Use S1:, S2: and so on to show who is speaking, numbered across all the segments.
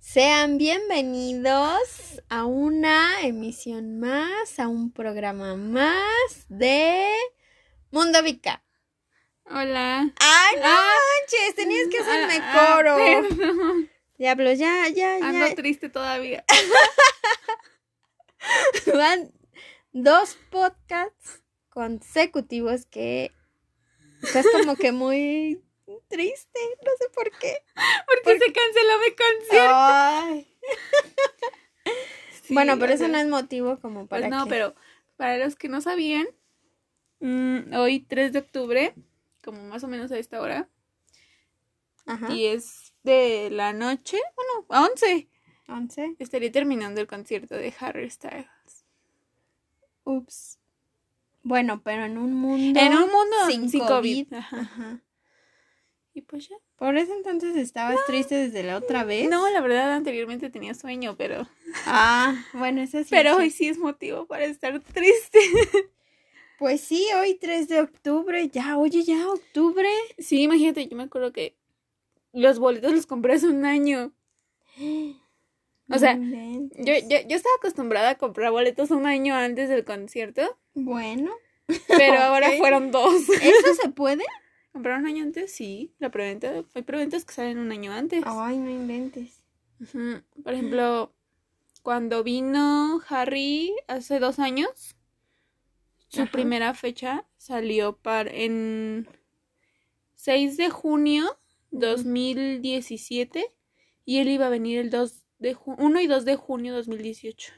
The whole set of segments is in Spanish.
S1: Sean bienvenidos a una emisión más, a un programa más de Mundo Vica.
S2: Hola.
S1: ¡Ay, no
S2: Ah.
S1: manches! Tenías que hacerme
S2: Ah, ah,
S1: coro.
S2: perdón. Ah,
S1: Diablo, ya, ya, ya.
S2: Ando triste todavía.
S1: Van dos podcasts consecutivos que estás como que muy triste, no sé por qué.
S2: Porque se canceló mi concierto.
S1: Ay.
S2: Sí,
S1: bueno, pero
S2: o
S1: eso
S2: sea,
S1: no es motivo como para
S2: Pues no,
S1: que-
S2: pero para los que no sabían, mm, hoy 3 de octubre, como más o menos a esta hora,
S1: Ajá.
S2: 10 de la noche, bueno, a 11,
S1: Once.
S2: estaría terminando el concierto de Harry Styles.
S1: Ups. Bueno, pero en un mundo.
S2: En un mundo sin, COVID. Ajá.
S1: Ajá.
S2: Y pues ya.
S1: Por eso entonces estabas triste desde la otra vez.
S2: No, la verdad, anteriormente tenía sueño, pero...
S1: Ah, bueno, eso sí.
S2: pero
S1: sí.
S2: hoy sí es motivo para estar triste.
S1: Pues sí, hoy 3 de octubre. Ya, oye, ya, octubre.
S2: Sí, imagínate, yo me acuerdo que los boletos los compré hace un año. O sea,
S1: No
S2: Yo,
S1: inventes.
S2: yo, yo estaba acostumbrada a comprar boletos un año antes del concierto,
S1: Bueno,
S2: pero ahora
S1: Ok.
S2: fueron dos.
S1: ¿eso se puede?
S2: ¿Comprar un año antes? Sí, la preventa. Hay preventas que salen un año antes.
S1: Ay, no inventes.
S2: Ujú. Por ejemplo, cuando vino Harry hace dos años, su
S1: Ajá.
S2: primera fecha salió para en 6 de junio 2017 y él iba a venir el 2 de ju- 1 y 2 de junio 2018.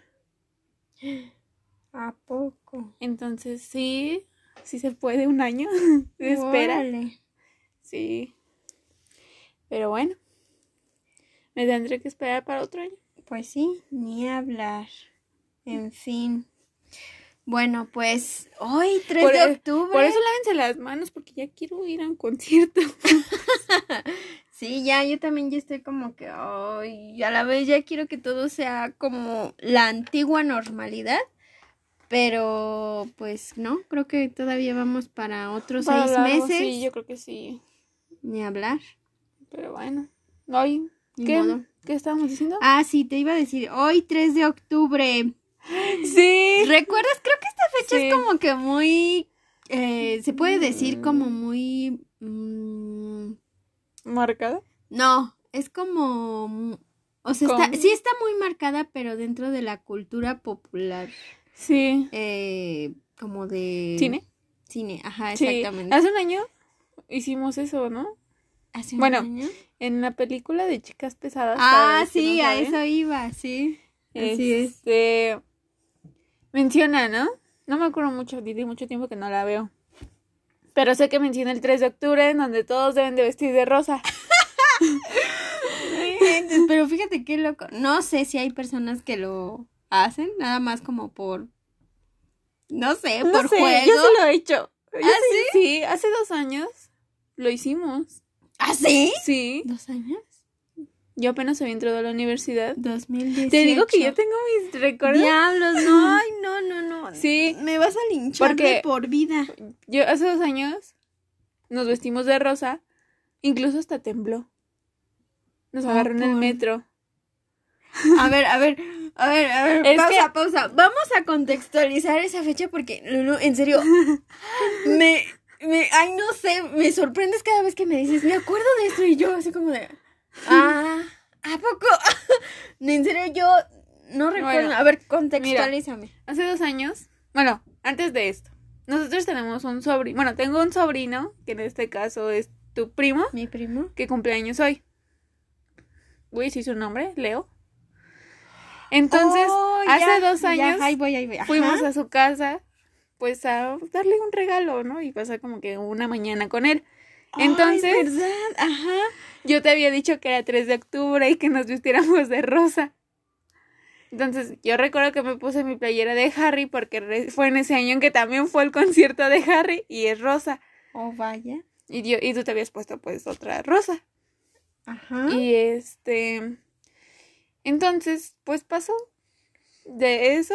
S1: ¿A poco?
S2: Entonces sí, sí se puede un año de espera.
S1: Órale.
S2: Sí. Pero bueno, me tendré que esperar para otro año.
S1: Pues sí, ni hablar. En fin. Bueno, pues hoy 3
S2: Por- e-
S1: de octubre.
S2: Por eso lávense las manos, porque ya quiero ir a un concierto.
S1: Sí, ya, yo también ya estoy como que, ay, a la vez ya quiero que todo sea como la antigua normalidad, pero pues no, creo que todavía vamos para otros
S2: Para
S1: seis
S2: largo,
S1: meses,
S2: Sí, yo creo que sí.
S1: ni hablar.
S2: Pero bueno. Ay,
S1: Ni
S2: ¿qué,
S1: modo.
S2: ¿qué estábamos diciendo?
S1: Ah, sí, te iba a decir, hoy 3 de octubre.
S2: sí.
S1: ¿Recuerdas? Creo que esta fecha
S2: Sí.
S1: es como que muy, eh, se puede decir como muy... mm,
S2: ¿Marcada?
S1: No, es como... mm, O sea, está-
S2: ¿Cómo?
S1: sí está muy marcada, pero dentro de la cultura popular.
S2: Sí.
S1: eh, como de...
S2: ¿Cine?
S1: Cine, ajá,
S2: Sí.
S1: exactamente.
S2: Hace un año hicimos eso, ¿no?
S1: Hace un
S2: Bueno,
S1: año.
S2: En la película de Chicas Pesadas. para
S1: Ah,
S2: los que
S1: sí,
S2: no
S1: a
S2: saben.
S1: eso iba, sí. Así es.
S2: Este, Menciona, ¿no? No me acuerdo mucho, tiene mucho tiempo que no la veo. Pero sé que menciona el 3 de octubre, en donde todos deben de vestir de rosa.
S1: Entonces, pero fíjate qué loco. No sé si hay personas que lo hacen, nada más como por... No sé,
S2: No
S1: eh, por
S2: sé,
S1: juego.
S2: yo sí lo he hecho. Yo
S1: ¿Ah,
S2: sí? Sí, hace dos años lo hicimos.
S1: ¿Ah, sí?
S2: Sí.
S1: ¿Dos años?
S2: Yo apenas había entrado a la universidad.
S1: 2018.
S2: Te digo que yo tengo mis recuerdos.
S1: Diablos, no, ay, no, no, no.
S2: Sí.
S1: Me vas a linchar
S2: Porque-
S1: de por vida.
S2: Yo hace dos años nos vestimos de rosa, incluso hasta tembló. Nos
S1: Ah,
S2: agarró en el
S1: por-
S2: metro.
S1: A ver, a ver, a ver, a ver.
S2: Es
S1: pausa,
S2: que-
S1: pausa. Vamos a contextualizar esa fecha porque, Lulu, en serio, me, me, ay, no sé, me sorprendes cada vez que me dices, me acuerdo de esto y yo así como de, ah, ¿a poco? No, en serio, yo no recuerdo.
S2: Bueno,
S1: a ver, contextualízame.
S2: Hace dos años, bueno, antes de esto, nosotros tenemos un sobrino, bueno, tengo un sobrino, que en este caso es tu primo,
S1: Mi primo.
S2: que cumpleaños hoy. Voy a decir su nombre, Leo. Entonces,
S1: Oh,
S2: hace
S1: ya,
S2: dos
S1: ya,
S2: años
S1: ahí voy, ahí voy. Ajá.
S2: fuimos a su casa, pues a darle un regalo, ¿no? Y pasar como que una mañana con él.
S1: Ay,
S2: Entonces,
S1: ¿verdad? Ajá.
S2: yo te había dicho que era 3 de octubre y que nos vistiéramos de rosa. Entonces, yo recuerdo que me puse mi playera de Harry porque re- fue en ese año en que también fue el concierto de Harry y es rosa.
S1: Oh, vaya.
S2: Y, yo, y tú te habías puesto pues otra rosa.
S1: Ajá.
S2: Y este... Entonces, pues pasó de eso.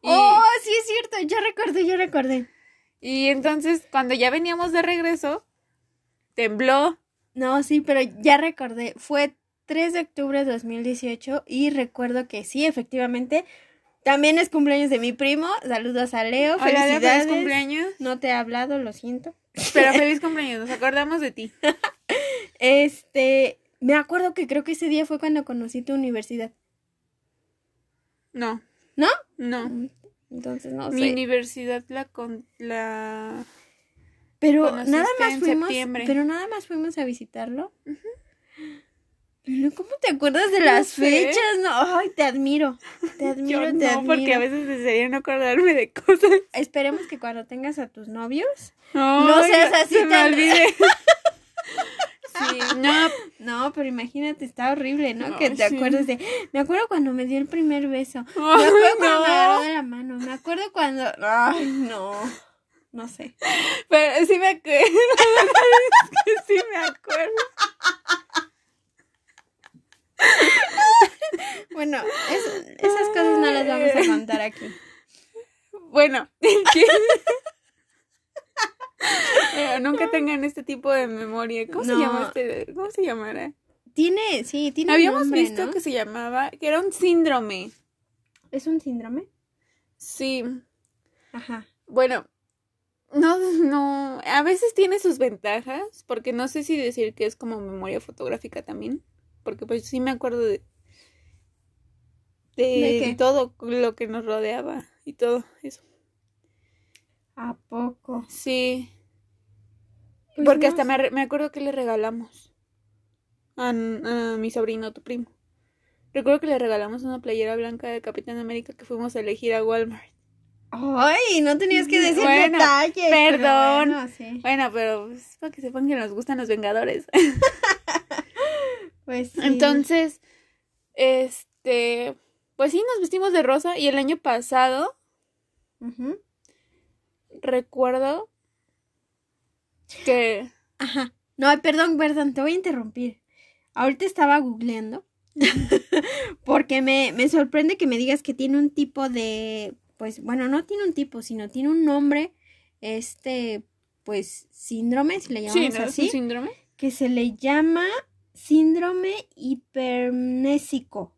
S2: Y,
S1: Oh, sí es cierto, ya recordé, ya recordé.
S2: y entonces, cuando ya veníamos de regreso, tembló.
S1: No, sí, pero ya recordé. Fue 3 de octubre de 2018 y recuerdo que sí, efectivamente, también es cumpleaños de mi primo. Saludos a Leo.
S2: Hola, Leo,
S1: Oh, Felicidades.
S2: feliz cumpleaños.
S1: No te he hablado, lo siento.
S2: Pero feliz cumpleaños, nos acordamos de ti.
S1: Este, me acuerdo que creo que ese día fue cuando conocí tu universidad.
S2: No.
S1: ¿No?
S2: No.
S1: Entonces no
S2: Mi
S1: sé.
S2: universidad la con la
S1: Pero
S2: conociste
S1: nada más
S2: en
S1: fuimos,
S2: septiembre.
S1: pero nada más fuimos a visitarlo. Lulu, ¿Cómo te acuerdas de las
S2: sé.
S1: fechas? No, ay, te admiro. Te admiro,
S2: Yo
S1: te
S2: no,
S1: admiro.
S2: porque a veces desearía no acordarme de cosas.
S1: Esperemos que cuando tengas a tus novios.
S2: Ay,
S1: seas así
S2: se me
S1: tan-
S2: olvide. sí, no,
S1: No, pero imagínate, está horrible, ¿no?
S2: No,
S1: que te
S2: sí.
S1: acuerdes de. Me acuerdo cuando me dio el primer beso. Me
S2: Ay,
S1: acuerdo cuando me agarró
S2: no.
S1: de la mano. Me acuerdo cuando. Ay, no. No sé.
S2: Pero sí me acuerdo. La verdad es que sí me acuerdo.
S1: Bueno, es- esas cosas no las vamos a contar aquí.
S2: Bueno, ¿qué? Pero nunca tengan este tipo de memoria. ¿Cómo se
S1: No.
S2: llama este? ¿Cómo se llamará?
S1: Tiene, sí, tiene. un
S2: Habíamos
S1: nombre,
S2: visto
S1: ¿no?
S2: que se llamaba, que era un síndrome.
S1: ¿Es un síndrome?
S2: Sí.
S1: Ajá.
S2: Bueno, no, no. A veces tiene sus ventajas, porque no sé si decir que es como memoria fotográfica también. Porque pues sí me acuerdo de. De,
S1: ¿De qué?
S2: todo lo que nos rodeaba y todo eso.
S1: ¿A poco?
S2: Sí.
S1: Pues
S2: porque
S1: no
S2: hasta
S1: sé.
S2: me, re- me acuerdo que le regalamos a, n- a mi sobrino, tu primo. Recuerdo que le regalamos una playera blanca de Capitán América que fuimos a elegir a Walmart.
S1: Ay, no tenías que decir
S2: Bueno,
S1: detalles. pero
S2: perdón.
S1: bueno, sí.
S2: Bueno, pero es para que sepan que nos gustan los Vengadores.
S1: Pues sí.
S2: Entonces, este, pues sí, nos vestimos de rosa y el año pasado,
S1: Ujú.
S2: recuerdo que...
S1: Ajá. No, ay, perdón, perdón, te voy a interrumpir. Ahorita estaba googleando. porque me, me sorprende que me digas que tiene un tipo de. Pues bueno, no tiene un tipo, sino tiene un nombre. Este, pues, síndrome, si le
S2: Sí,
S1: llamamos
S2: ¿no? ¿Es
S1: así.
S2: un síndrome?
S1: que se le llama síndrome hipermnésico,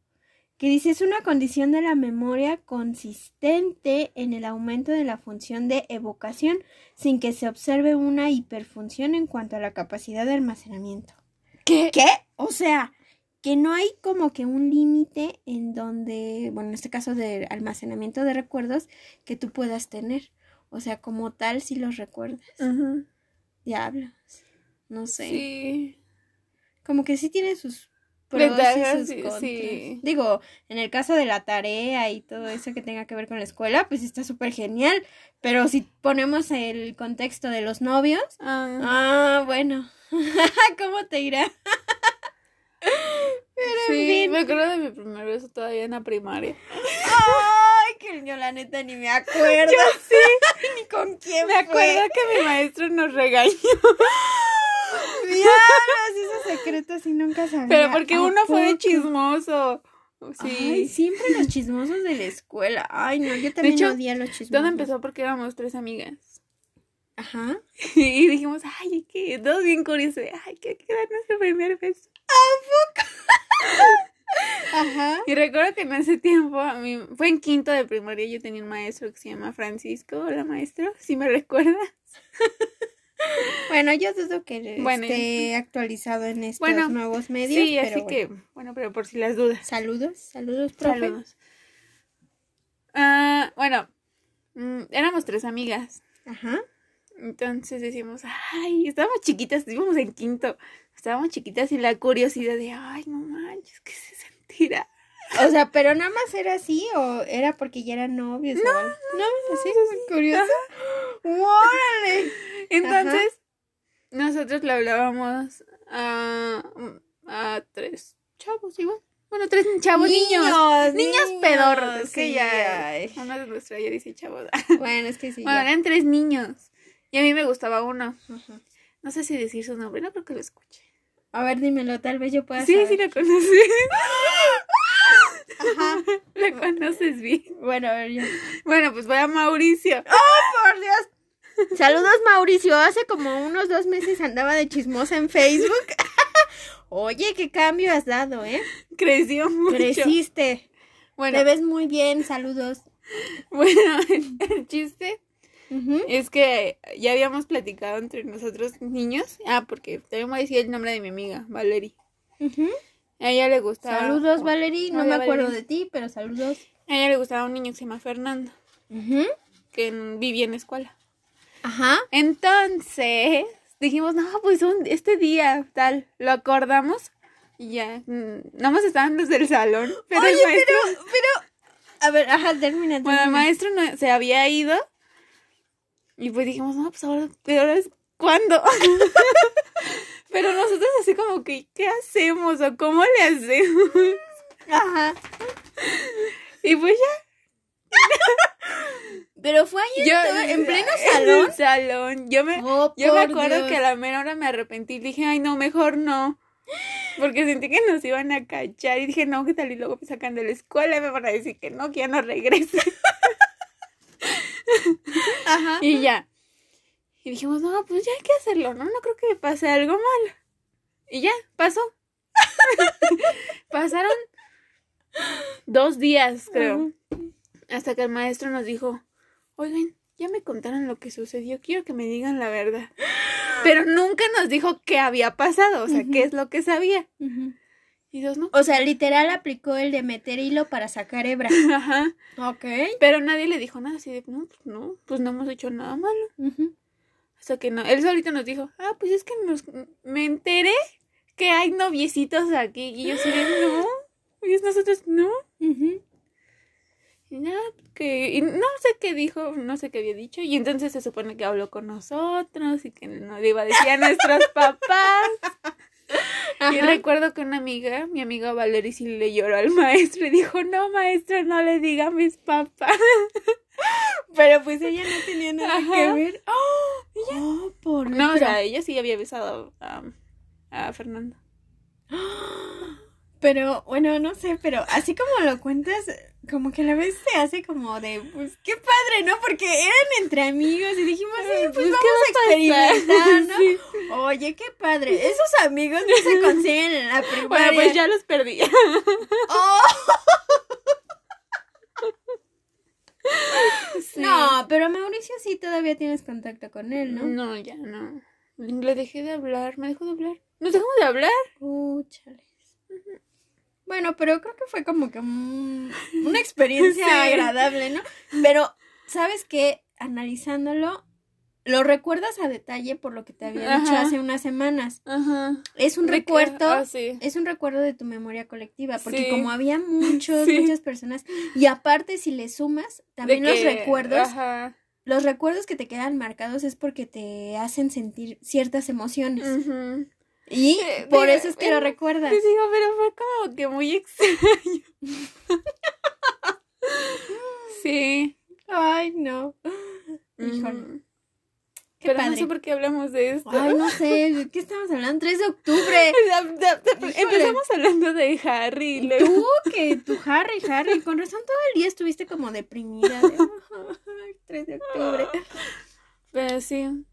S1: que dice es una condición de la memoria consistente en el aumento de la función de evocación sin que se observe una hiperfunción en cuanto a la capacidad de almacenamiento.
S2: ¿Qué?
S1: ¿Qué? O sea, que no hay como que un límite en donde, bueno, en este caso de almacenamiento de recuerdos que tú puedas tener. O sea, como tal, si los recuerdas.
S2: Ujú.
S1: Diablos. No sé
S2: Sí.
S1: como que sí tiene sus pros
S2: Ventajas,
S1: y sus
S2: sí,
S1: contras.
S2: sí.
S1: Digo, en el caso de la tarea y todo eso que tenga que ver con la escuela, pues está súper genial. Pero si ponemos el contexto de los novios,
S2: Ah,
S1: ah, bueno, ¿cómo te irá?
S2: sí,
S1: fin.
S2: me acuerdo de mi primer beso todavía en la primaria.
S1: Ay, que yo la neta ni me acuerdo. Yo sí. ni con quién
S2: Me acuerdo que mi maestro nos regañó,
S1: Diablos, esos secretos y nunca sabía. Ah,
S2: pero porque
S1: ¿A
S2: uno fue de
S1: poco?
S2: chismoso.
S1: Ay,
S2: Sí.
S1: siempre los chismosos de la escuela. Ay, no, yo también
S2: hecho,
S1: odié a los chismosos.
S2: Todo empezó porque éramos tres amigas.
S1: Ajá.
S2: Y dijimos, ay, que dos bien curiosos, ¿eh? ay, que hay que dar nuestro primer beso.
S1: Ajá.
S2: Y recuerdo que en ese tiempo, a mí- fue en quinto de primaria, yo tenía un maestro que se llama Francisco, hola maestro, si me recuerda.
S1: Bueno, yo dudo que
S2: Bueno,
S1: esté actualizado en estos
S2: bueno,
S1: nuevos medios.
S2: Sí,
S1: pero
S2: así
S1: bueno.
S2: que, bueno, pero por si las dudas.
S1: Saludos, saludos, profe.
S2: Saludos. Ah, bueno, mm, éramos tres amigas,
S1: Ajá.
S2: entonces decimos, ay, estábamos chiquitas, íbamos en quinto, estábamos chiquitas y la curiosidad de, ay, no manches, ¿qué se sentirá?
S1: O sea, pero nada más era así o era porque ya eran novios. No, no, no, así. curioso. ¡Órale!
S2: Entonces, nosotros le hablábamos a, a tres chavos igual. Bueno, tres chavos niños. Niños, pedorros. Es que
S1: sí,
S2: ya.
S1: ay.
S2: Una de nuestra ya dice chavos.
S1: Bueno, es que sí.
S2: Bueno,
S1: ya.
S2: eran tres niños. Y a mí me gustaba uno.
S1: Ajá.
S2: No sé si decir su nombre, no creo que lo escuche.
S1: A ver, dímelo, tal vez yo pueda
S2: Sí, sí
S1: saber.
S2: lo conoces.
S1: Ajá.
S2: lo conoces bien.
S1: Bueno, a ver, yo.
S2: Bueno, pues voy a Mauricio.
S1: por Dios. Saludos Mauricio, hace como unos dos meses andaba de chismosa en Facebook. Oye, qué cambio has dado, ¿eh?
S2: Creció mucho.
S1: Creciste.
S2: Bueno,
S1: Te ves muy bien, saludos.
S2: bueno, el chiste
S1: Ujú.
S2: es que ya habíamos platicado entre nosotros niños. Ah, porque también voy a decir el nombre de mi amiga, Valerie.
S1: Ujú.
S2: A ella le gustaba.
S1: Saludos, Valerie. No
S2: Hola,
S1: me acuerdo
S2: Valerie.
S1: de ti, pero saludos.
S2: A ella le gustaba un niño que se llama Fernando,
S1: Ujú.
S2: que en- vivía en la escuela.
S1: Ajá.
S2: Entonces, dijimos, no, pues un, este día, tal, lo acordamos. Y ya, mm, nada más estaban los del salón. Pero el
S1: Oye,
S2: maestro,
S1: pero, pero. A ver, ajá, termina.
S2: bueno, el
S1: termina.
S2: maestro no, se había ido. Y pues dijimos, no, pues ahora, pero ahora es cuándo. pero nosotros así como que, ¿qué hacemos? ¿O cómo le hacemos?
S1: Ajá.
S2: Y pues ya.
S1: Pero fue ahí en todo- en pleno salón.
S2: el salón. Yo me,
S1: Oh,
S2: Yo me
S1: por
S2: acuerdo
S1: Dios.
S2: que a la mera hora me arrepentí. Dije, ay, no, mejor no. Porque sentí que nos iban a cachar. Y dije, no, ¿qué tal? Y luego me sacan de la escuela y me van a decir que no, que ya no regrese.
S1: Ajá.
S2: Y ya. Y dijimos, no, pues ya hay que hacerlo, ¿no? No creo que pase algo malo. Y ya, pasó. Pasaron dos días, creo. Hasta que el maestro nos dijo, oigan, ya me contaron lo que sucedió, quiero que me digan la verdad. Pero nunca nos dijo qué había pasado, o sea, qué es lo que sabía.
S1: Ujú.
S2: Y Dios no.
S1: O sea, literal aplicó el de meter hilo para sacar hebra.
S2: Ajá.
S1: ok.
S2: Pero nadie le dijo nada, así de, no, pues no, pues no hemos hecho nada malo.
S1: Ujú.
S2: Hasta que no, él solito nos dijo, ah, pues es que nos, me enteré que hay noviecitos aquí. Y yo así de, no, y es nosotros, no.
S1: Ujú.
S2: Y nada, que y no sé qué dijo, no sé qué había dicho. Y entonces se supone que habló con nosotros y que no le iba a decir a nuestros papás. Y
S1: Ajá.
S2: recuerdo que una amiga, mi amiga Valerie, sí le lloró al maestro y dijo, no, maestro, no le diga a mis papás.
S1: Pero pues ella no tenía nada
S2: Ajá.
S1: que ver. ¡Oh! oh, por Dios.
S2: No, o
S1: pero-
S2: sea, ella sí había besado a, a Fernando.
S1: Pero bueno, no sé, pero así como lo cuentas, como que a la vez se hace como de, pues qué padre, ¿no? Porque eran entre amigos y dijimos, sí, pues,
S2: Pues,
S1: vamos a
S2: ¿qué va a pasar?
S1: experimentar, ¿no?
S2: Sí.
S1: Oye, qué padre. Esos amigos no se consiguen en la primaria.
S2: Bueno, pues ya los perdí.
S1: Oh, No, pero Mauricio sí todavía tienes contacto con él, ¿no?
S2: No, ya no. Le dejé de hablar, me dejó de hablar. ¿Nos dejamos de hablar?
S1: Úchales. Bueno, pero creo que fue como que un- una experiencia
S2: Sí.
S1: agradable, ¿no? Pero, ¿sabes qué? Analizándolo, lo recuerdas a detalle por lo que te había dicho
S2: Ajá.
S1: hace unas semanas.
S2: Ajá.
S1: Es un
S2: De que-
S1: recuerdo.
S2: Ah, sí.
S1: Es un recuerdo de tu memoria colectiva, porque
S2: Sí.
S1: como había muchos,
S2: Sí.
S1: muchas personas, y aparte si le sumas, también
S2: De
S1: los
S2: que-
S1: recuerdos,
S2: Ajá.
S1: los recuerdos que te quedan marcados es porque te hacen sentir ciertas emociones.
S2: Ujú.
S1: Y
S2: Eh,
S1: por
S2: Mm. digo,
S1: eso es que lo
S2: eh,
S1: recuerdas.
S2: Les digo, pero fue como que muy extraño. sí.
S1: Ay, no. Híjole,
S2: Ujú.
S1: qué
S2: pero no
S1: padre.
S2: sé por qué hablamos de esto.
S1: Ay, no sé, ¿de qué estamos hablando? 3 de octubre. Híjole.
S2: Empezamos hablando de Harry. y luego-
S1: Tú que tu Harry, Harry, con razón todo el día estuviste como deprimida. de, "Ay, 3 de octubre.
S2: Pero eh, sí.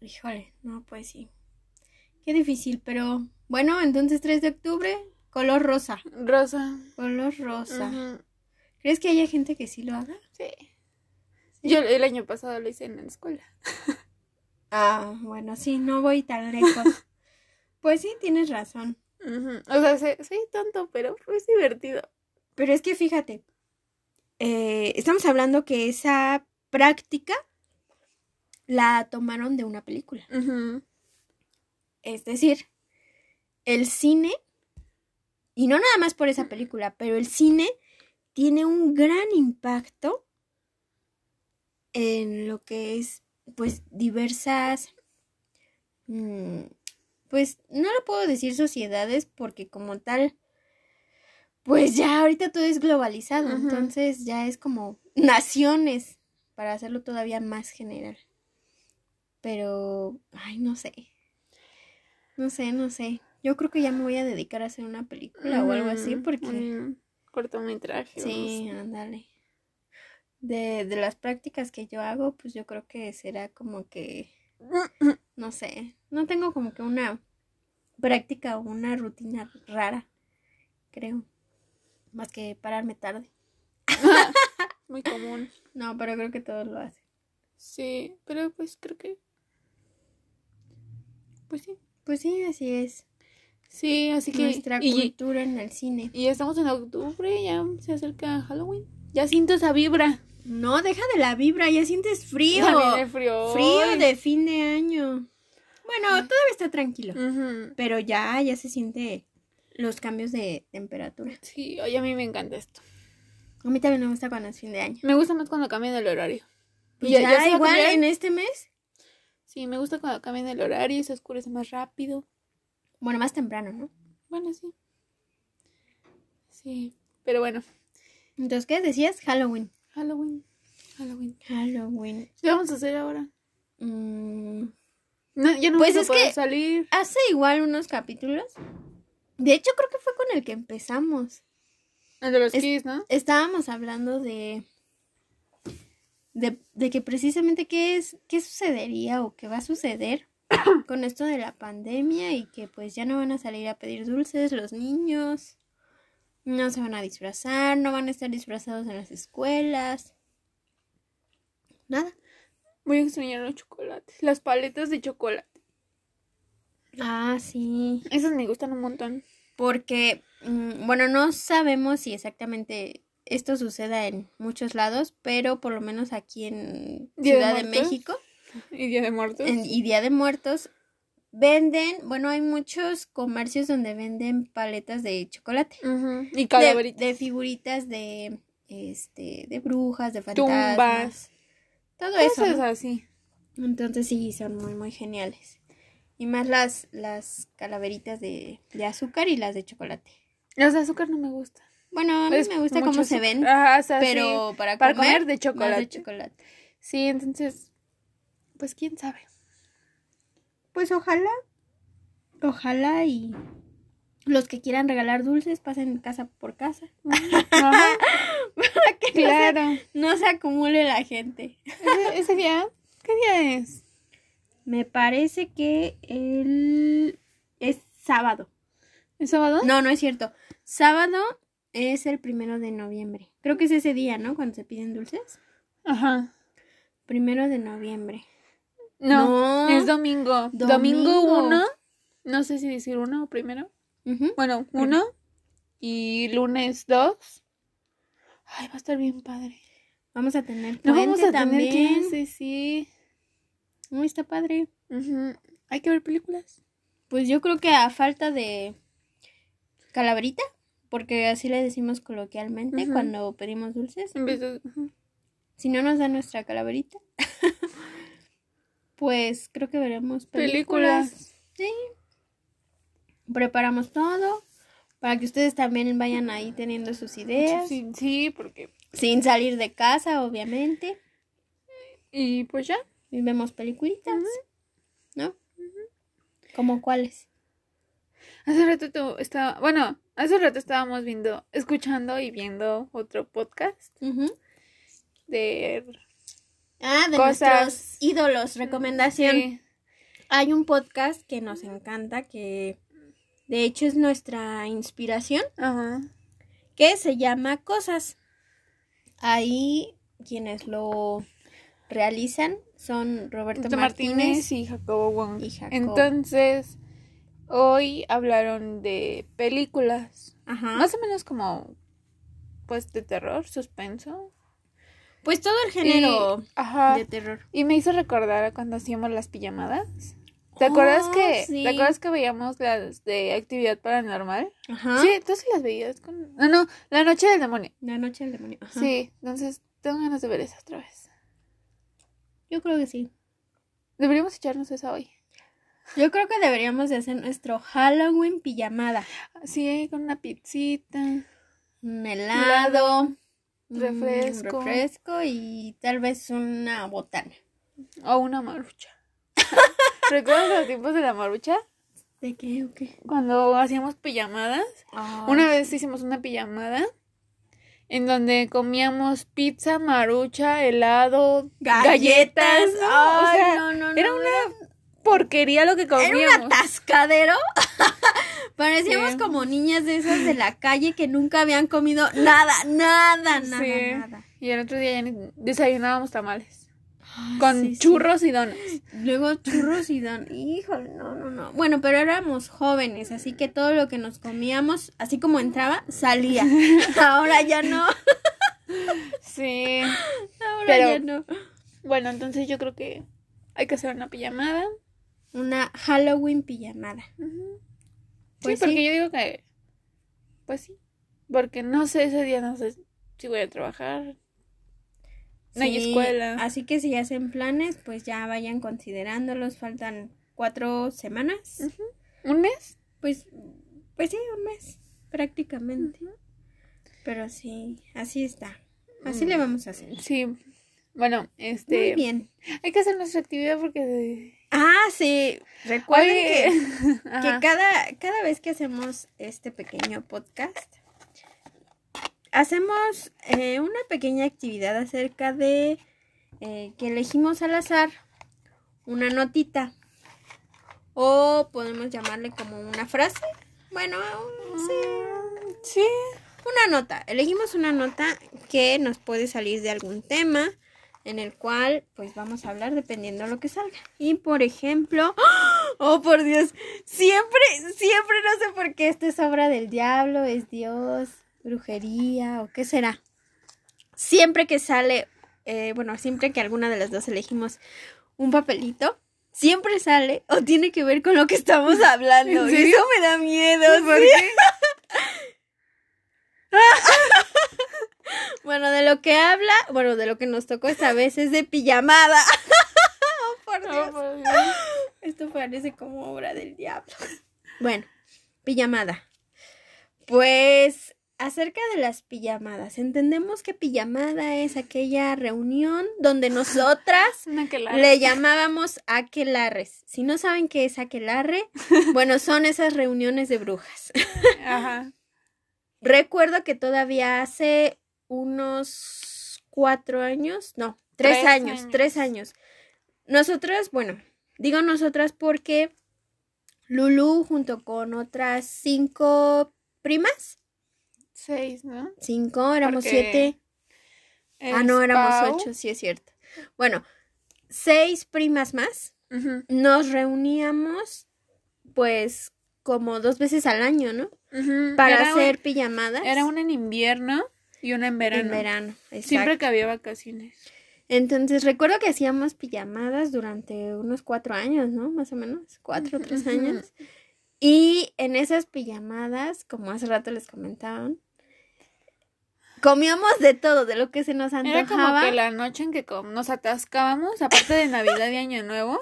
S1: Híjole, no, pues sí. Qué difícil, pero bueno, entonces 3 de octubre, color rosa.
S2: Rosa.
S1: Color rosa.
S2: Ujú.
S1: ¿Crees que haya gente que sí lo haga?
S2: Sí. Yo el año pasado lo hice en la escuela.
S1: Ah, bueno, sí, no voy tan lejos. pues sí, tienes razón.
S2: Ujú. O sea, se- soy tonto, pero es divertido.
S1: Pero es que fíjate, eh, estamos hablando que esa práctica la tomaron de una película.
S2: Ujú.
S1: Es decir, el cine, y no nada más por esa película, pero el cine tiene un gran impacto en lo que es, pues, diversas, mm, pues, no lo puedo decir sociedades porque como tal, pues ya ahorita todo es globalizado,
S2: Ujú.
S1: entonces ya es como naciones, para hacerlo todavía más general. Pero, ay, no sé. No sé, no sé. Yo creo que ya me voy a dedicar a hacer una película o algo así
S2: Ujú.
S1: porque...
S2: Un cortometraje. o no
S1: Sí, ándale. De, de las prácticas que yo hago, pues yo creo que será como que,
S2: sé.
S1: no sé, no tengo como que una práctica o una rutina rara, creo. Más que pararme tarde.
S2: Muy común.
S1: No, pero creo que todos lo hacen.
S2: Sí, pero pues creo que. Pues sí.
S1: Pues sí, así es.
S2: Sí, así que.
S1: Nuestra
S2: y,
S1: cultura en el cine.
S2: y ya estamos en octubre, ya se acerca Halloween. Ya siento esa vibra.
S1: No, deja de la vibra, ya sientes frío.
S2: Ya viene el frío.
S1: Frío de fin de año. Bueno,
S2: Ah.
S1: todavía está tranquilo.
S2: Mm. Ujú.
S1: Pero ya, ya se siente los cambios de temperatura.
S2: Sí, oye, a mí me encanta esto.
S1: A mí también me gusta cuando es fin de año.
S2: Me gusta más cuando cambian el horario.
S1: Y
S2: Pues Ya-
S1: ya,
S2: ya se va a
S1: igual
S2: cambiar.
S1: en este mes,
S2: Sí, me gusta cuando cambian el horario y se oscurece más rápido.
S1: bueno, más temprano, ¿no?
S2: Bueno, sí. Sí, pero bueno,
S1: Entonces, ¿qué decías? Halloween.
S2: Halloween. Halloween.
S1: Halloween.
S2: ¿Qué vamos a hacer ahora?
S1: Mm,
S2: No, ya no
S1: Pues
S2: vamos a
S1: es
S2: poder
S1: que-
S2: salir.
S1: hace igual unos capítulos. De hecho, creo que fue con el que empezamos.
S2: El de los
S1: Es-
S2: kids, ¿no?
S1: Estábamos hablando de. De, de que precisamente qué es qué sucedería o qué va a suceder con esto de la pandemia y que pues ya no van a salir a pedir dulces los niños, no se van a disfrazar, no van a estar disfrazados en las escuelas. Nada.
S2: Voy a extrañar los chocolates. Las paletas de chocolate.
S1: Ah, sí.
S2: Esas me gustan un montón.
S1: porque, mm, bueno, no sabemos si exactamente esto suceda en muchos lados, pero por lo menos aquí en
S2: Día de
S1: Ciudad de,
S2: Muertos.
S1: México
S2: Y Día de Muertos.
S1: en- y Día de Muertos venden, bueno, hay muchos comercios donde venden paletas de chocolate,
S2: Ujú. Y
S1: de,
S2: calaveritas.
S1: de figuritas de, este, de brujas, de fantasmas,
S2: Tumbas.
S1: todo eso.
S2: Cosas
S1: ¿no?
S2: así.
S1: Entonces sí, son muy, muy geniales. Y más las, las calaveritas de, de azúcar y las de chocolate.
S2: Las de azúcar no me gustan.
S1: Bueno, a mí
S2: Es
S1: me gusta
S2: mucho
S1: cómo se
S2: azúcar.
S1: ven,
S2: Ajá, o sea, sí.
S1: pero para,
S2: para
S1: comer,
S2: comer de
S1: más
S2: chocolate.
S1: de chocolate.
S2: Sí, entonces, pues quién sabe.
S1: Pues ojalá, ojalá y los que quieran regalar dulces pasen casa por casa.
S2: Ajá, claro.
S1: No se acumule la gente.
S2: Ese, ese día, ¿qué día es?
S1: Me parece que el es sábado.
S2: ¿El sábado?
S1: No, no es cierto. Sábado es el primero de noviembre. Creo que es ese día, ¿no? Cuando se piden dulces.
S2: Ajá.
S1: Primero de noviembre.
S2: No,
S1: No.
S2: es domingo. Domingo
S1: Domingo.
S2: uno. No sé si decir uno o primero.
S1: Ujú.
S2: Bueno, uno. Y lunes dos. Ay, va a estar bien padre.
S1: Vamos a tener
S2: No vamos
S1: puente
S2: a tener
S1: también.
S2: clases, sí.
S1: Uy, está padre.
S2: Ujú. Hay que ver películas.
S1: Pues yo creo que a falta de calaverita, porque así le decimos coloquialmente
S2: Ujú.
S1: cuando pedimos dulces.
S2: En vez de- ujú.
S1: Si no nos dan nuestra calaverita, pues creo que veremos películas.
S2: películas.
S1: Preparamos todo para que ustedes también vayan ahí teniendo sus ideas,
S2: Sí, sí, porque.
S1: sin salir de casa, obviamente.
S2: Y pues ya.
S1: Y vemos peliculitas, ¿no? ¿Como cuáles?
S2: Hace rato tú estaba, bueno, hace rato estábamos viendo, escuchando y viendo otro podcast
S1: Ujú.
S2: de
S1: Ah, de
S2: Cosas.
S1: nuestros ídolos, recomendación.
S2: sí,
S1: Hay un podcast que nos encanta, que de hecho es nuestra inspiración,
S2: ajá,
S1: que se llama Cosas. Ahí quienes lo realizan son Roberto
S2: Roberto Martínez,
S1: Martínez.
S2: y Jacobo Wong.
S1: y Jacobo.
S2: Entonces, hoy hablaron de películas,
S1: Ajá.
S2: más o menos como, pues, de terror, suspenso.
S1: Pues todo el género
S2: Y- ajá.
S1: de terror.
S2: Y me hizo recordar a cuando hacíamos las pijamadas. ¿Te
S1: Oh,
S2: acuerdas que,
S1: sí.
S2: te acuerdas que veíamos las de actividad paranormal?
S1: Ajá.
S2: Sí, tú sí las veías con... No, no, La Noche del Demonio.
S1: La noche del demonio. Ajá.
S2: Sí, entonces tengo ganas de ver esa otra vez.
S1: Yo creo que sí.
S2: Deberíamos echarnos esa hoy.
S1: Yo creo que deberíamos de hacer nuestro Halloween pijamada.
S2: Sí, con una pizzita.
S1: Un helado. un
S2: Refresco.
S1: Mm, refresco y tal vez una botana.
S2: O una marucha. ¿Recuerdas los tiempos de la marucha?
S1: ¿De qué o qué?
S2: Cuando hacíamos pijamadas. Una vez hicimos una pijamada en donde comíamos pizza, marucha, helado, galletas.
S1: Galletas.
S2: ¿no? O sea,
S1: no, no,
S2: era
S1: no,
S2: una porquería lo que
S1: Era un
S2: comíamos.
S1: atascadero. Parecíamos
S2: Sí.
S1: como niñas de esas de la calle que nunca habían comido nada, nada, nada,
S2: Sí.
S1: nada.
S2: Y el otro día ya ni- desayunábamos tamales.
S1: Ay,
S2: Con
S1: sí, sí.
S2: churros y donas.
S1: Luego churros y don. Híjole, no, no, no. Bueno, pero éramos jóvenes, así que todo lo que nos comíamos, así como entraba, salía. Ahora ya no.
S2: Sí.
S1: Ahora
S2: Pero-
S1: ya no.
S2: Bueno, entonces yo creo que hay que hacer una pijamada.
S1: Una Halloween pijamada. Pues
S2: sí, porque
S1: sí.
S2: yo digo que. Pues sí. Porque no sé, ese día no sé si voy a trabajar. No hay
S1: Sí,
S2: escuela.
S1: Así que si hacen planes, pues ya vayan considerándolos. Faltan cuatro semanas.
S2: ¿Un mes?
S1: Pues, pues sí, un mes, prácticamente. Pero sí, así está. Así le vamos a hacer.
S2: Sí. Bueno,
S1: Muy
S2: este.
S1: bien.
S2: Hay que hacer nuestra actividad porque.
S1: Ah, sí. Recuerden
S2: Oye,
S1: que, que
S2: ajá.
S1: cada, cada vez que hacemos este pequeño podcast, hacemos eh, una pequeña actividad acerca de eh, que elegimos al azar una notita. O podemos llamarle como una frase. Bueno,
S2: Ah,
S1: sí.
S2: Sí.
S1: Una nota, elegimos una nota que nos puede salir de algún tema en el cual pues vamos a hablar dependiendo de lo que salga. Y por ejemplo, oh por Dios, siempre, siempre no sé por qué esto es obra del diablo, es Dios, brujería o qué será. Siempre que sale, eh, bueno, siempre que alguna de las dos elegimos un papelito, siempre sale o tiene que ver con lo que estamos hablando.
S2: ¿En
S1: Y
S2: serio?
S1: eso me da miedo.
S2: ¿Por
S1: sí.
S2: qué?
S1: Bueno, de lo que habla, bueno, de lo que nos tocó esta vez es de pijamada. oh, por
S2: No,
S1: Dios.
S2: por Dios.
S1: Esto parece como obra del diablo. Bueno, pijamada. Pues acerca de las pijamadas, entendemos que pijamada es aquella reunión donde nosotras
S2: Una que la-
S1: le llamábamos aquelarres. Si no saben qué es aquelarre, bueno, son esas reuniones de brujas.
S2: Ajá.
S1: Recuerdo que todavía hace unos cuatro años, no, tres,
S2: Tres
S1: años,
S2: años.
S1: tres años. Nosotras, bueno, digo nosotras porque Lulu junto con otras cinco primas,
S2: Seis, ¿no?
S1: cinco, éramos
S2: Porque
S1: siete. Ah, no,
S2: Es
S1: éramos
S2: Pau.
S1: ocho, sí es cierto. Bueno, seis primas más.
S2: Ujú,
S1: Nos reuníamos, pues, como dos veces al año, ¿no?
S2: ujú.
S1: Para
S2: Era un-
S1: hacer pijamadas.
S2: Era una en invierno y una en verano.
S1: En verano, exacto.
S2: Siempre que había vacaciones.
S1: Entonces recuerdo que hacíamos pijamadas durante unos cuatro años, ¿no? Más o menos, cuatro o tres
S2: Ujú.
S1: años. Y en esas pijamadas, como hace rato les comentaban, comíamos de todo, de lo que se nos
S2: Era como
S1: antojaba.
S2: que la noche en que com- nos atascábamos, aparte de Navidad y Año Nuevo.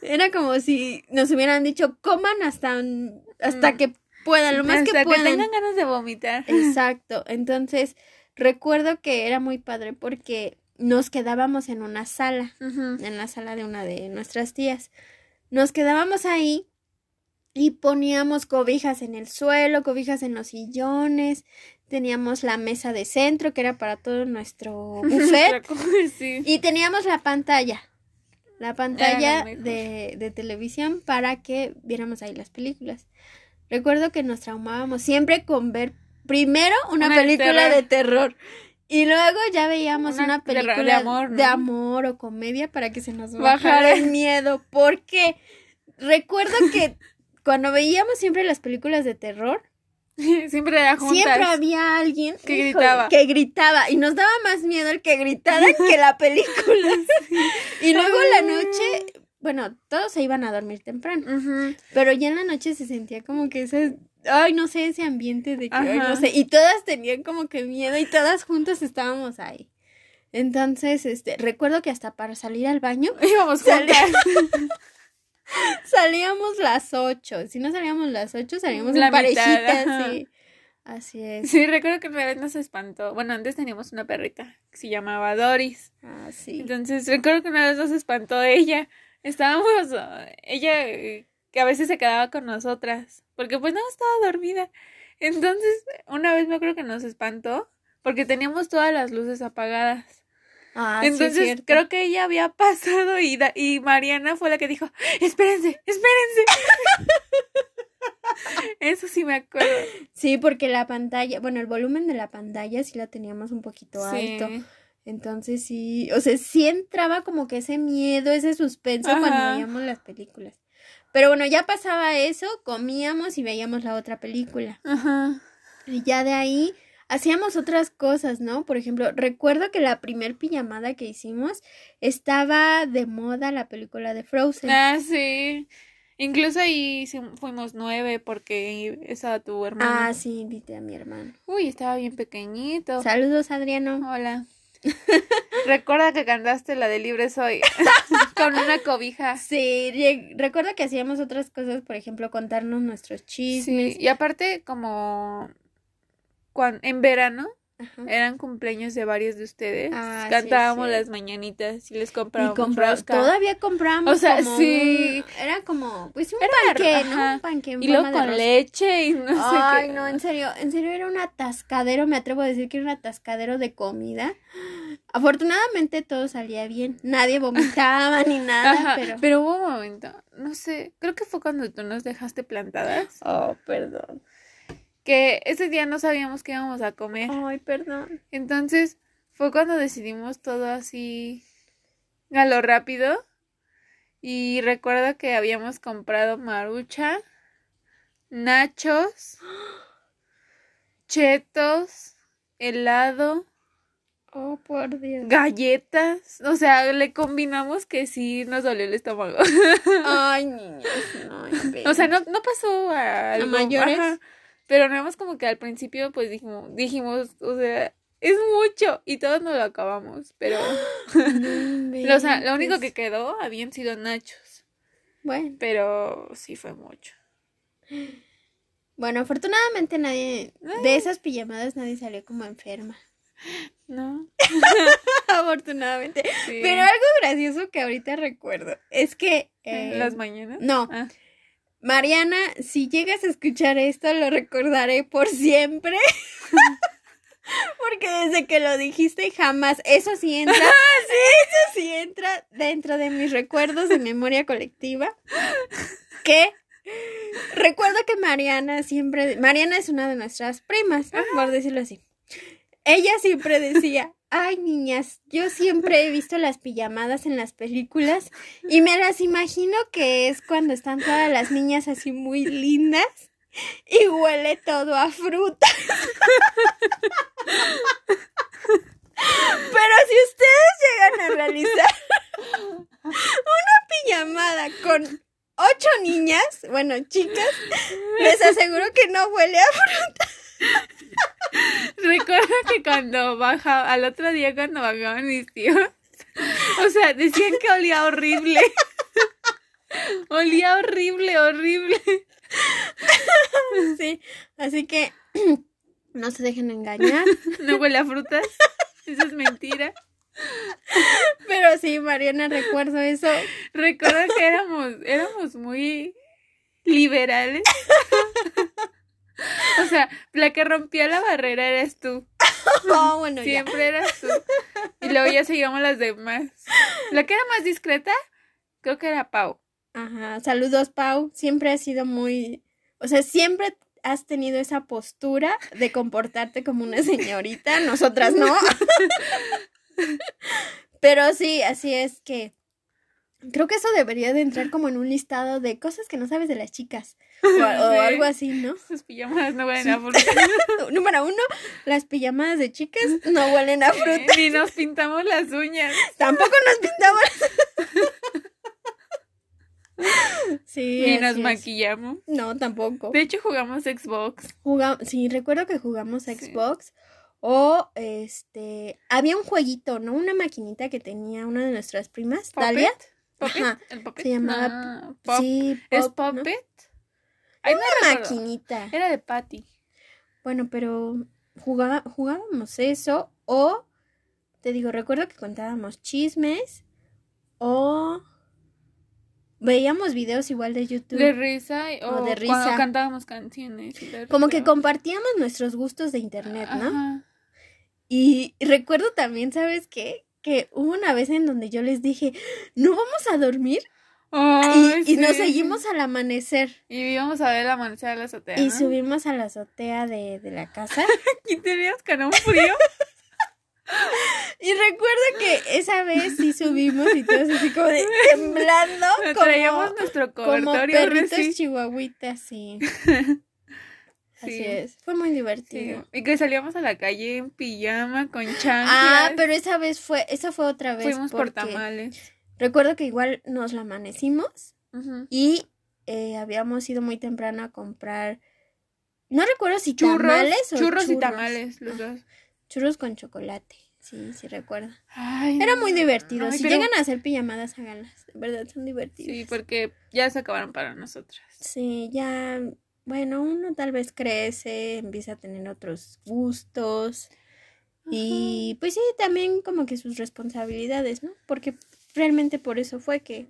S1: Era como si nos hubieran dicho, coman hasta, un- hasta
S2: Mm.
S1: que puedan, lo más que
S2: hasta que,
S1: puedan.
S2: tengan ganas de vomitar.
S1: Exacto. Entonces recuerdo que era muy padre porque nos quedábamos en una sala.
S2: Ujú.
S1: en la sala de una de nuestras tías. Nos quedábamos ahí y poníamos cobijas en el suelo, cobijas en los sillones, teníamos la mesa de centro que era para todo nuestro buffet
S2: sí.
S1: y teníamos la pantalla, la pantalla
S2: mejor.
S1: de, de televisión para que viéramos ahí las películas. Recuerdo que nos traumábamos siempre con ver primero una,
S2: Una de
S1: película de terror. Y luego ya veíamos una,
S2: Una de- de
S1: película de, amor,
S2: amor, ¿no?
S1: o comedia para que se nos bajara,
S2: Bajara.
S1: el miedo. Porque recuerdo que cuando veíamos siempre las películas de terror,
S2: Siempre era juntas.
S1: siempre había alguien
S2: Que gritaba.
S1: que gritaba. Y nos daba más miedo el que gritara que la película. y luego
S2: Ah.
S1: en la noche, bueno, todos se iban a dormir temprano.
S2: Ujú.
S1: Pero ya en la noche se sentía como que ese, ay, no sé, ese ambiente de que, ay, no
S2: Ajá.
S1: sé, y todas tenían como que miedo y todas juntas estábamos ahí. Entonces, este, recuerdo que hasta para salir al baño
S2: Íbamos
S1: Salía-
S2: juntas.
S1: salíamos las ocho. Si no salíamos las ocho, salíamos
S2: La
S1: en parejita,
S2: mitad, ajá.
S1: sí. Así es.
S2: Sí, recuerdo que una vez nos espantó. Bueno, antes teníamos una perrita que se llamaba Doris.
S1: Así.
S2: Entonces, recuerdo que una vez nos espantó ella. Estábamos, eh, ella eh, que a veces se quedaba con nosotras, porque pues no estaba dormida. Entonces, una vez me acuerdo que nos espantó porque teníamos todas las luces apagadas.
S1: Ah, sí, es
S2: Entonces
S1: cierto.
S2: creo que ella había pasado y, da- y Mariana fue la que dijo, espérense, espérense. Eso sí me acuerdo.
S1: Sí, porque la pantalla, bueno, el volumen de la pantalla sí la teníamos un poquito
S2: Sí.
S1: alto. Entonces sí, o sea, sí entraba como que ese miedo, ese suspenso
S2: Ajá.
S1: cuando veíamos las películas. Pero bueno, ya pasaba eso, comíamos y veíamos la otra película.
S2: Ajá.
S1: Y ya de ahí hacíamos otras cosas, ¿no? Por ejemplo, recuerdo que la primer pijamada que hicimos estaba de moda la película de Frozen.
S2: Ah, sí. Incluso ahí sí fuimos nueve porque estaba tu hermano.
S1: Ah, sí, invité a mi hermano.
S2: Uy, estaba bien pequeñito.
S1: Saludos, Adriano.
S2: Hola. Recuerda que cantaste la de Libre Soy con una cobija.
S1: Sí, re- recuerdo que hacíamos otras cosas, por ejemplo, contarnos nuestros chismes.
S2: Sí, y aparte como cuan- en verano
S1: Ajá.
S2: eran cumpleaños de varios de ustedes.
S1: Ah, sí,
S2: Cantábamos
S1: sí.
S2: las mañanitas y les
S1: Y
S2: comprábamos
S1: compramos,
S2: rosca.
S1: todavía compramos.
S2: O sea,
S1: como
S2: sí.
S1: un- era como, pues un
S2: Era una
S1: panqué,
S2: ro-
S1: ¿no?
S2: ajá.
S1: Un panqué. en
S2: Y luego
S1: forma de
S2: con
S1: rosa.
S2: leche y no sé
S1: Ay,
S2: qué.
S1: no, en serio, en serio era un atascadero, me atrevo a decir que era un atascadero de comida. Afortunadamente todo salía bien, nadie vomitaba ni nada,
S2: Ajá,
S1: pero...
S2: pero hubo un momento, no sé, creo que fue cuando tú nos dejaste plantadas,
S1: Oh, perdón.
S2: que ese día no sabíamos qué íbamos a comer.
S1: Ay, perdón.
S2: Entonces fue cuando decidimos todo así a lo rápido. Y recuerdo que habíamos comprado marucha, nachos, chetos, helado,
S1: Oh, por Dios.
S2: galletas. O sea, le combinamos que sí nos dolió el estómago.
S1: Ay, niñas, no.
S2: O sea, no, no pasó a, algo,
S1: mayores?
S2: pero nada más como que al principio pues dijimos, dijimos, o sea, es mucho y todos nos lo acabamos, pero
S1: no
S2: lo, o sea, lo único que
S1: inventes.
S2: quedó habían sido nachos,
S1: Bueno,
S2: pero sí fue mucho.
S1: bueno, afortunadamente nadie... De esas pijamadas nadie salió como enferma.
S2: ¿No?
S1: Afortunadamente.
S2: Sí.
S1: Pero algo gracioso que ahorita recuerdo es que... eh,
S2: las mañanas.
S1: No.
S2: Ah.
S1: Mariana, si llegas a escuchar esto, lo recordaré por siempre. Porque desde que lo dijiste jamás, eso sí entra, eso sí entra dentro de mis recuerdos de memoria colectiva. Que recuerdo que Mariana siempre, Mariana es una de nuestras primas, ¿no? por decirlo así. Ella siempre decía, ay niñas, yo siempre he visto las pijamadas en las películas y me las imagino que es cuando están todas las niñas así muy lindas y huele todo a fruta. Pero si ustedes llegan a realizar una pijamada con ocho niñas, bueno, chicas, les aseguro que no huele a fruta.
S2: Recuerdo que cuando bajaba, al otro día cuando bajaban mis tíos, o sea, decían que olía horrible. Olía horrible, horrible.
S1: Sí, así que no se dejen engañar.
S2: No huele a frutas. Eso es mentira.
S1: Pero sí, Mariana, recuerdo eso.
S2: Recuerdo que éramos, éramos muy liberales. O sea, la que rompía la barrera eras tú.
S1: Oh, bueno, ya.
S2: Siempre eras tú. Y luego ya seguíamos las demás. La que era más discreta, creo que era Pau.
S1: Ajá, saludos Pau, siempre has sido muy, o sea, siempre has tenido esa postura de comportarte como una señorita, nosotras no. Pero sí, así es que creo que eso debería de entrar como en un listado de cosas que no sabes de las chicas o, o
S2: Sí.
S1: algo así, ¿no?
S2: Sus pijamas no huelen
S1: Sí.
S2: a frutas.
S1: Número uno, las pijamadas de chicas no huelen a fruta.
S2: Ni nos pintamos las uñas.
S1: Tampoco nos pintamos. Sí.
S2: Ni
S1: así
S2: nos
S1: es.
S2: maquillamos.
S1: No, tampoco.
S2: De hecho, jugamos Xbox.
S1: Juga- sí, recuerdo que jugamos a
S2: Sí.
S1: Xbox o este, había un jueguito, ¿no? Una maquinita que tenía una de nuestras primas,
S2: Puppet.
S1: Talia.
S2: Puppet,
S1: Ajá.
S2: ¿El Puppet?
S1: Se llamaba
S2: No, Pop-
S1: Sí,
S2: ¿Es
S1: Pop, ¿no?
S2: Puppet? Ay, no
S1: Una
S2: recuerdo.
S1: maquinita.
S2: Era de Patty.
S1: Bueno, pero jugaba- jugábamos eso o te digo, recuerdo que contábamos chismes o veíamos videos igual de YouTube.
S2: De risa y- o,
S1: O de
S2: cuando
S1: risa.
S2: cantábamos canciones. y de
S1: Como
S2: risa.
S1: que compartíamos nuestros gustos de internet, ¿no?
S2: Ajá.
S1: Y recuerdo también, ¿sabes qué? que hubo una vez en donde yo les dije, no vamos a dormir Ah, y,
S2: Ay,
S1: y nos
S2: sí.
S1: seguimos al amanecer.
S2: Y íbamos a ver la amanecer de la azotea.
S1: Y
S2: ¿no?
S1: subimos a la azotea de, de la casa.
S2: ¿Y tenías canón frío?
S1: y recuerdo que esa vez sí subimos y todos así como de temblando.
S2: Nos
S1: como-
S2: traíamos nuestro
S1: Como
S2: cobertorio
S1: perritos
S2: reci-
S1: chihuahuitas, sí. Así
S2: Sí.
S1: es. Fue muy
S2: Sí,
S1: divertido.
S2: Y que salíamos a la calle en pijama, con chanclas.
S1: Ah, pero esa vez fue, esa fue otra vez.
S2: Fuimos por
S1: porque
S2: tamales.
S1: Recuerdo que igual nos la amanecimos
S2: Ujú.
S1: y eh, habíamos ido muy temprano a comprar. No recuerdo si
S2: Churros,
S1: tamales o
S2: churros y tamales, los dos.
S1: Churros con chocolate. Sí, sí recuerdo.
S2: Ay,
S1: Era
S2: no.
S1: muy divertido.
S2: Ay,
S1: si
S2: pero-
S1: llegan a hacer pijamadas, háganlas. De verdad, son divertidos.
S2: Sí, porque ya se acabaron para nosotras.
S1: Sí, ya, bueno, uno tal vez crece, empieza a tener otros gustos y pues sí, también como que sus responsabilidades, ¿no? Porque realmente por eso fue que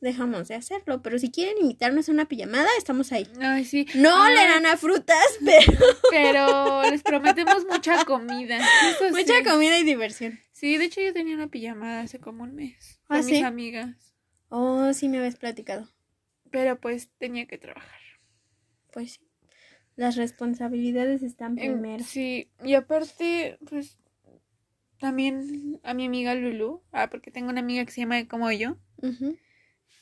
S1: dejamos de hacerlo, pero si quieren invitarnos a una pijamada, estamos ahí.
S2: Ay, sí.
S1: No
S2: Ay,
S1: le dan a frutas, pero
S2: Pero les prometemos mucha comida. eso
S1: mucha
S2: Pues sí.
S1: comida y diversión.
S2: Sí, de hecho yo tenía una pijamada hace como un mes.
S1: ¿Ah,
S2: Con mis
S1: sí?
S2: amigas.
S1: Oh, sí me habías platicado.
S2: Pero pues tenía que trabajar.
S1: Pues sí, las responsabilidades están
S2: En-
S1: primero.
S2: Sí, y aparte, pues también a mi amiga Lulu, ah, porque tengo una amiga que se llama como yo,
S1: Ujú.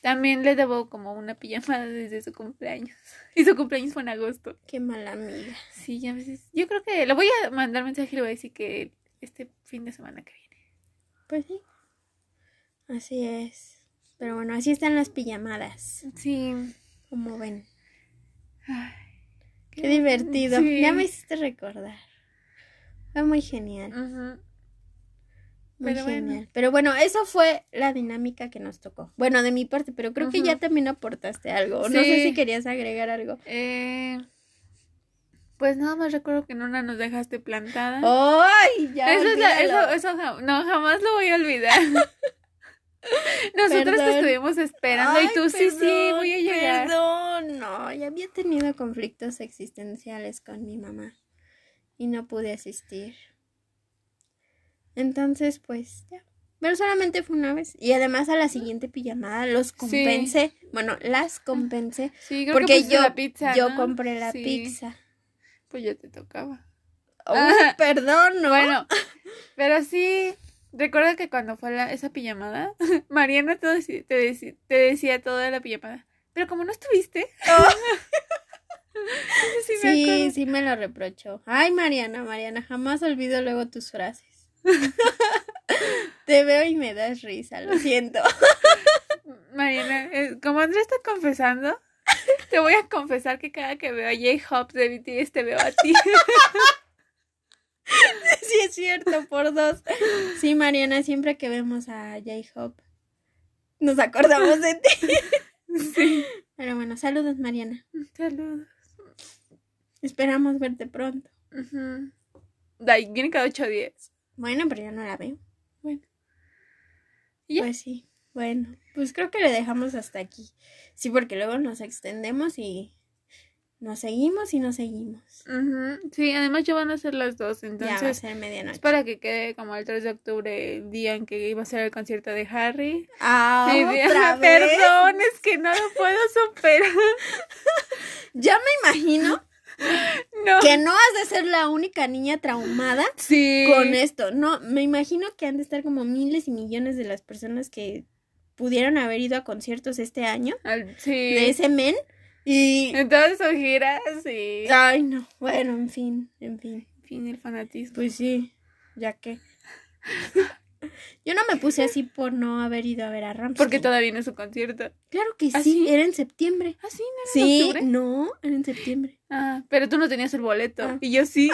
S2: también le debo como una pijamada desde su cumpleaños. Y su cumpleaños fue en agosto.
S1: Qué mala amiga.
S2: Sí, ya a veces. Yo creo que le voy a mandar mensaje y le voy a decir que este fin de semana que viene.
S1: Pues sí. Así es. Pero bueno, así están las pijamadas.
S2: Sí.
S1: Como ven.
S2: Ay,
S1: Qué divertido.
S2: Sí.
S1: Ya me hiciste recordar. Fue muy genial.
S2: Ujú.
S1: Muy
S2: Ah, Pero
S1: genial.
S2: bueno.
S1: Pero bueno, eso fue la dinámica que nos tocó. Bueno, de mi parte, pero creo que
S2: Ujú.
S1: ya también aportaste algo. No sé
S2: Sí.
S1: si querías agregar algo.
S2: Eh, pues nada más recuerdo que en una nos dejaste plantada.
S1: ¡Ay! Ya.
S2: Ah. Eso, es la- eso,
S1: olvídalo.
S2: eso ja- no, jamás lo voy a olvidar. Nosotros
S1: Perdón.
S2: te estuvimos esperando
S1: Ay,
S2: y tú sí, sí,
S1: perdón,
S2: voy a llegar.
S1: Perdón, no, ya había tenido conflictos existenciales con mi mamá y no pude asistir. Entonces, pues ya. Pero solamente fue una vez. Y además a la siguiente pijamada los compensé. Bueno, las compensé.
S2: Sí, creo que
S1: Porque
S2: pusiste
S1: yo,
S2: la pizza,
S1: yo
S2: ¿no?
S1: compré la
S2: Sí,
S1: pizza.
S2: Pues ya te tocaba.
S1: Oh,
S2: Ah.
S1: perdón, ¿no?
S2: Bueno, pero sí, recuerda que cuando fue la- esa pijamada, Mariana te, deci- te, deci- te decía toda la pijamada. Pero como no estuviste. Eso sí, me
S1: Oh. sí,
S2: acuerdo.
S1: sí me lo reprochó. Ay, Mariana, Mariana, jamás olvido luego tus frases. Te veo y me das risa, lo siento.
S2: Mariana, eh, como Andrés está confesando, te voy a confesar que cada que veo a J-Hop de BTS te veo a ti.
S1: Sí, es cierto, por dos. Sí, Mariana, siempre que vemos a J-Hope, nos acordamos de ti.
S2: Sí.
S1: Pero bueno, saludos, Mariana.
S2: Saludos.
S1: Esperamos verte pronto.
S2: Ujú. Dai, viene cada ocho días.
S1: Bueno, pero ya no la veo.
S2: Bueno. ¿Y ya?
S1: Pues sí. Bueno, pues creo que le dejamos hasta aquí. Sí, porque luego nos extendemos y nos seguimos y nos seguimos.
S2: Ujú. Sí, además ya van a ser las dos,
S1: ya va a
S2: entonces
S1: ser
S2: es
S1: medianoche.
S2: para que quede como el 3 de octubre, el día en que iba a ser el concierto de Harry.
S1: Ah,
S2: Mi día-
S1: otra vez.
S2: Perdón, es que no lo puedo superar.
S1: Ya me imagino
S2: No.
S1: que no has de ser la única niña traumada
S2: Sí.
S1: con esto. No, me imagino que han de estar como miles y millones de las personas que pudieron haber ido a conciertos este año
S2: Al- sí.
S1: de ese men. Y.
S2: Entonces sus giras y.
S1: Ay, no. Bueno, en fin, en fin.
S2: En fin, el fanatismo.
S1: Pues sí, ya que. Yo no me puse así por no haber ido a ver a Ramsey.
S2: Porque todavía no es su concierto.
S1: Claro que sí,
S2: ¿Ah, sí?
S1: era en septiembre.
S2: Ah, sí, no era en
S1: Sí,
S2: octubre.
S1: no, era en septiembre.
S2: Ah, pero tú no tenías el boleto.
S1: Ah.
S2: Y yo sí.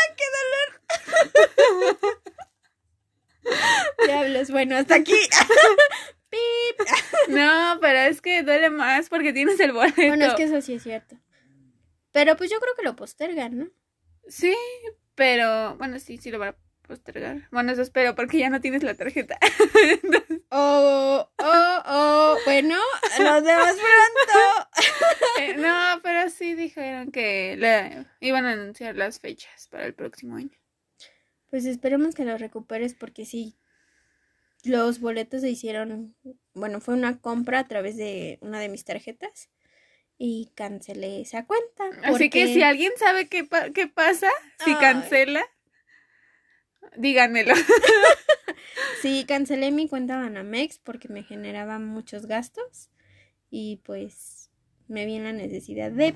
S1: Diablos, bueno, hasta aquí. Pip.
S2: No, pero es que duele más porque tienes el boleto.
S1: Bueno, es que eso sí es cierto. Pero pues yo creo que lo postergan, ¿no?
S2: Sí, pero bueno, sí, sí lo van a postergar. Bueno, eso espero porque ya no tienes la tarjeta.
S1: Oh, oh, oh. Bueno, nos vemos pronto.
S2: Eh, no, pero sí dijeron que le iban a anunciar las fechas para el próximo año.
S1: Pues esperemos que lo recuperes porque sí, Los boletos se hicieron, bueno, fue una compra a través de una de mis tarjetas y cancelé esa cuenta.
S2: Así que
S1: porque-
S2: si alguien sabe qué, pa- qué pasa, si
S1: Ay.
S2: cancela, díganmelo.
S1: Sí, cancelé mi cuenta Banamex porque me generaba muchos gastos y pues me vi en la necesidad de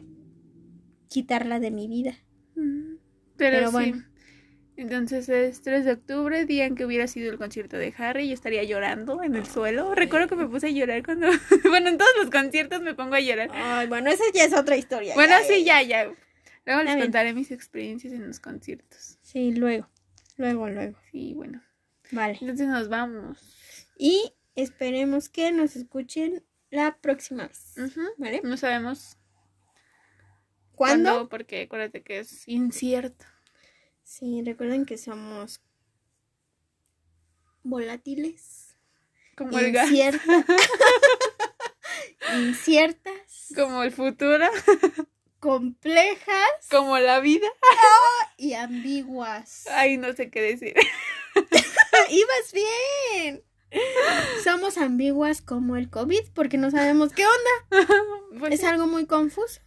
S1: quitarla de mi vida.
S2: Pero,
S1: Pero
S2: sí.
S1: bueno.
S2: Entonces es 3 de octubre, día en que hubiera sido el concierto de Harry, yo estaría llorando en el suelo. Recuerdo que me puse a llorar cuando... bueno, en todos los conciertos me pongo a llorar.
S1: Ay, bueno, esa ya es otra historia.
S2: bueno, sí, ya, ya. Luego les
S1: bien.
S2: contaré mis experiencias en los conciertos.
S1: Sí, luego, luego, luego.
S2: Sí, bueno.
S1: Vale.
S2: Entonces nos vamos.
S1: Y esperemos que nos escuchen la próxima vez.
S2: Ujú.
S1: ¿Vale?
S2: No sabemos
S1: ¿Cuándo?
S2: cuándo porque acuérdate que es incierto.
S1: Sí, recuerden que somos volátiles,
S2: Como el gas,
S1: inciertas, inciertas,
S2: como el futuro,
S1: complejas.
S2: como la vida.
S1: y ambiguas.
S2: Ay, no sé qué decir.
S1: ¡Ibas bien! Somos ambiguas como el COVID porque no sabemos qué onda.
S2: Pues
S1: Es
S2: sí.
S1: algo muy confuso.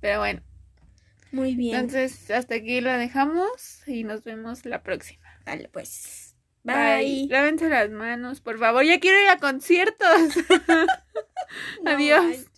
S2: Pero bueno.
S1: Muy bien.
S2: Entonces, hasta aquí la dejamos y nos vemos la próxima.
S1: Vale, pues. Bye.
S2: Lávense las manos, por favor. Ya quiero ir a conciertos.
S1: No
S2: Adiós.
S1: manches.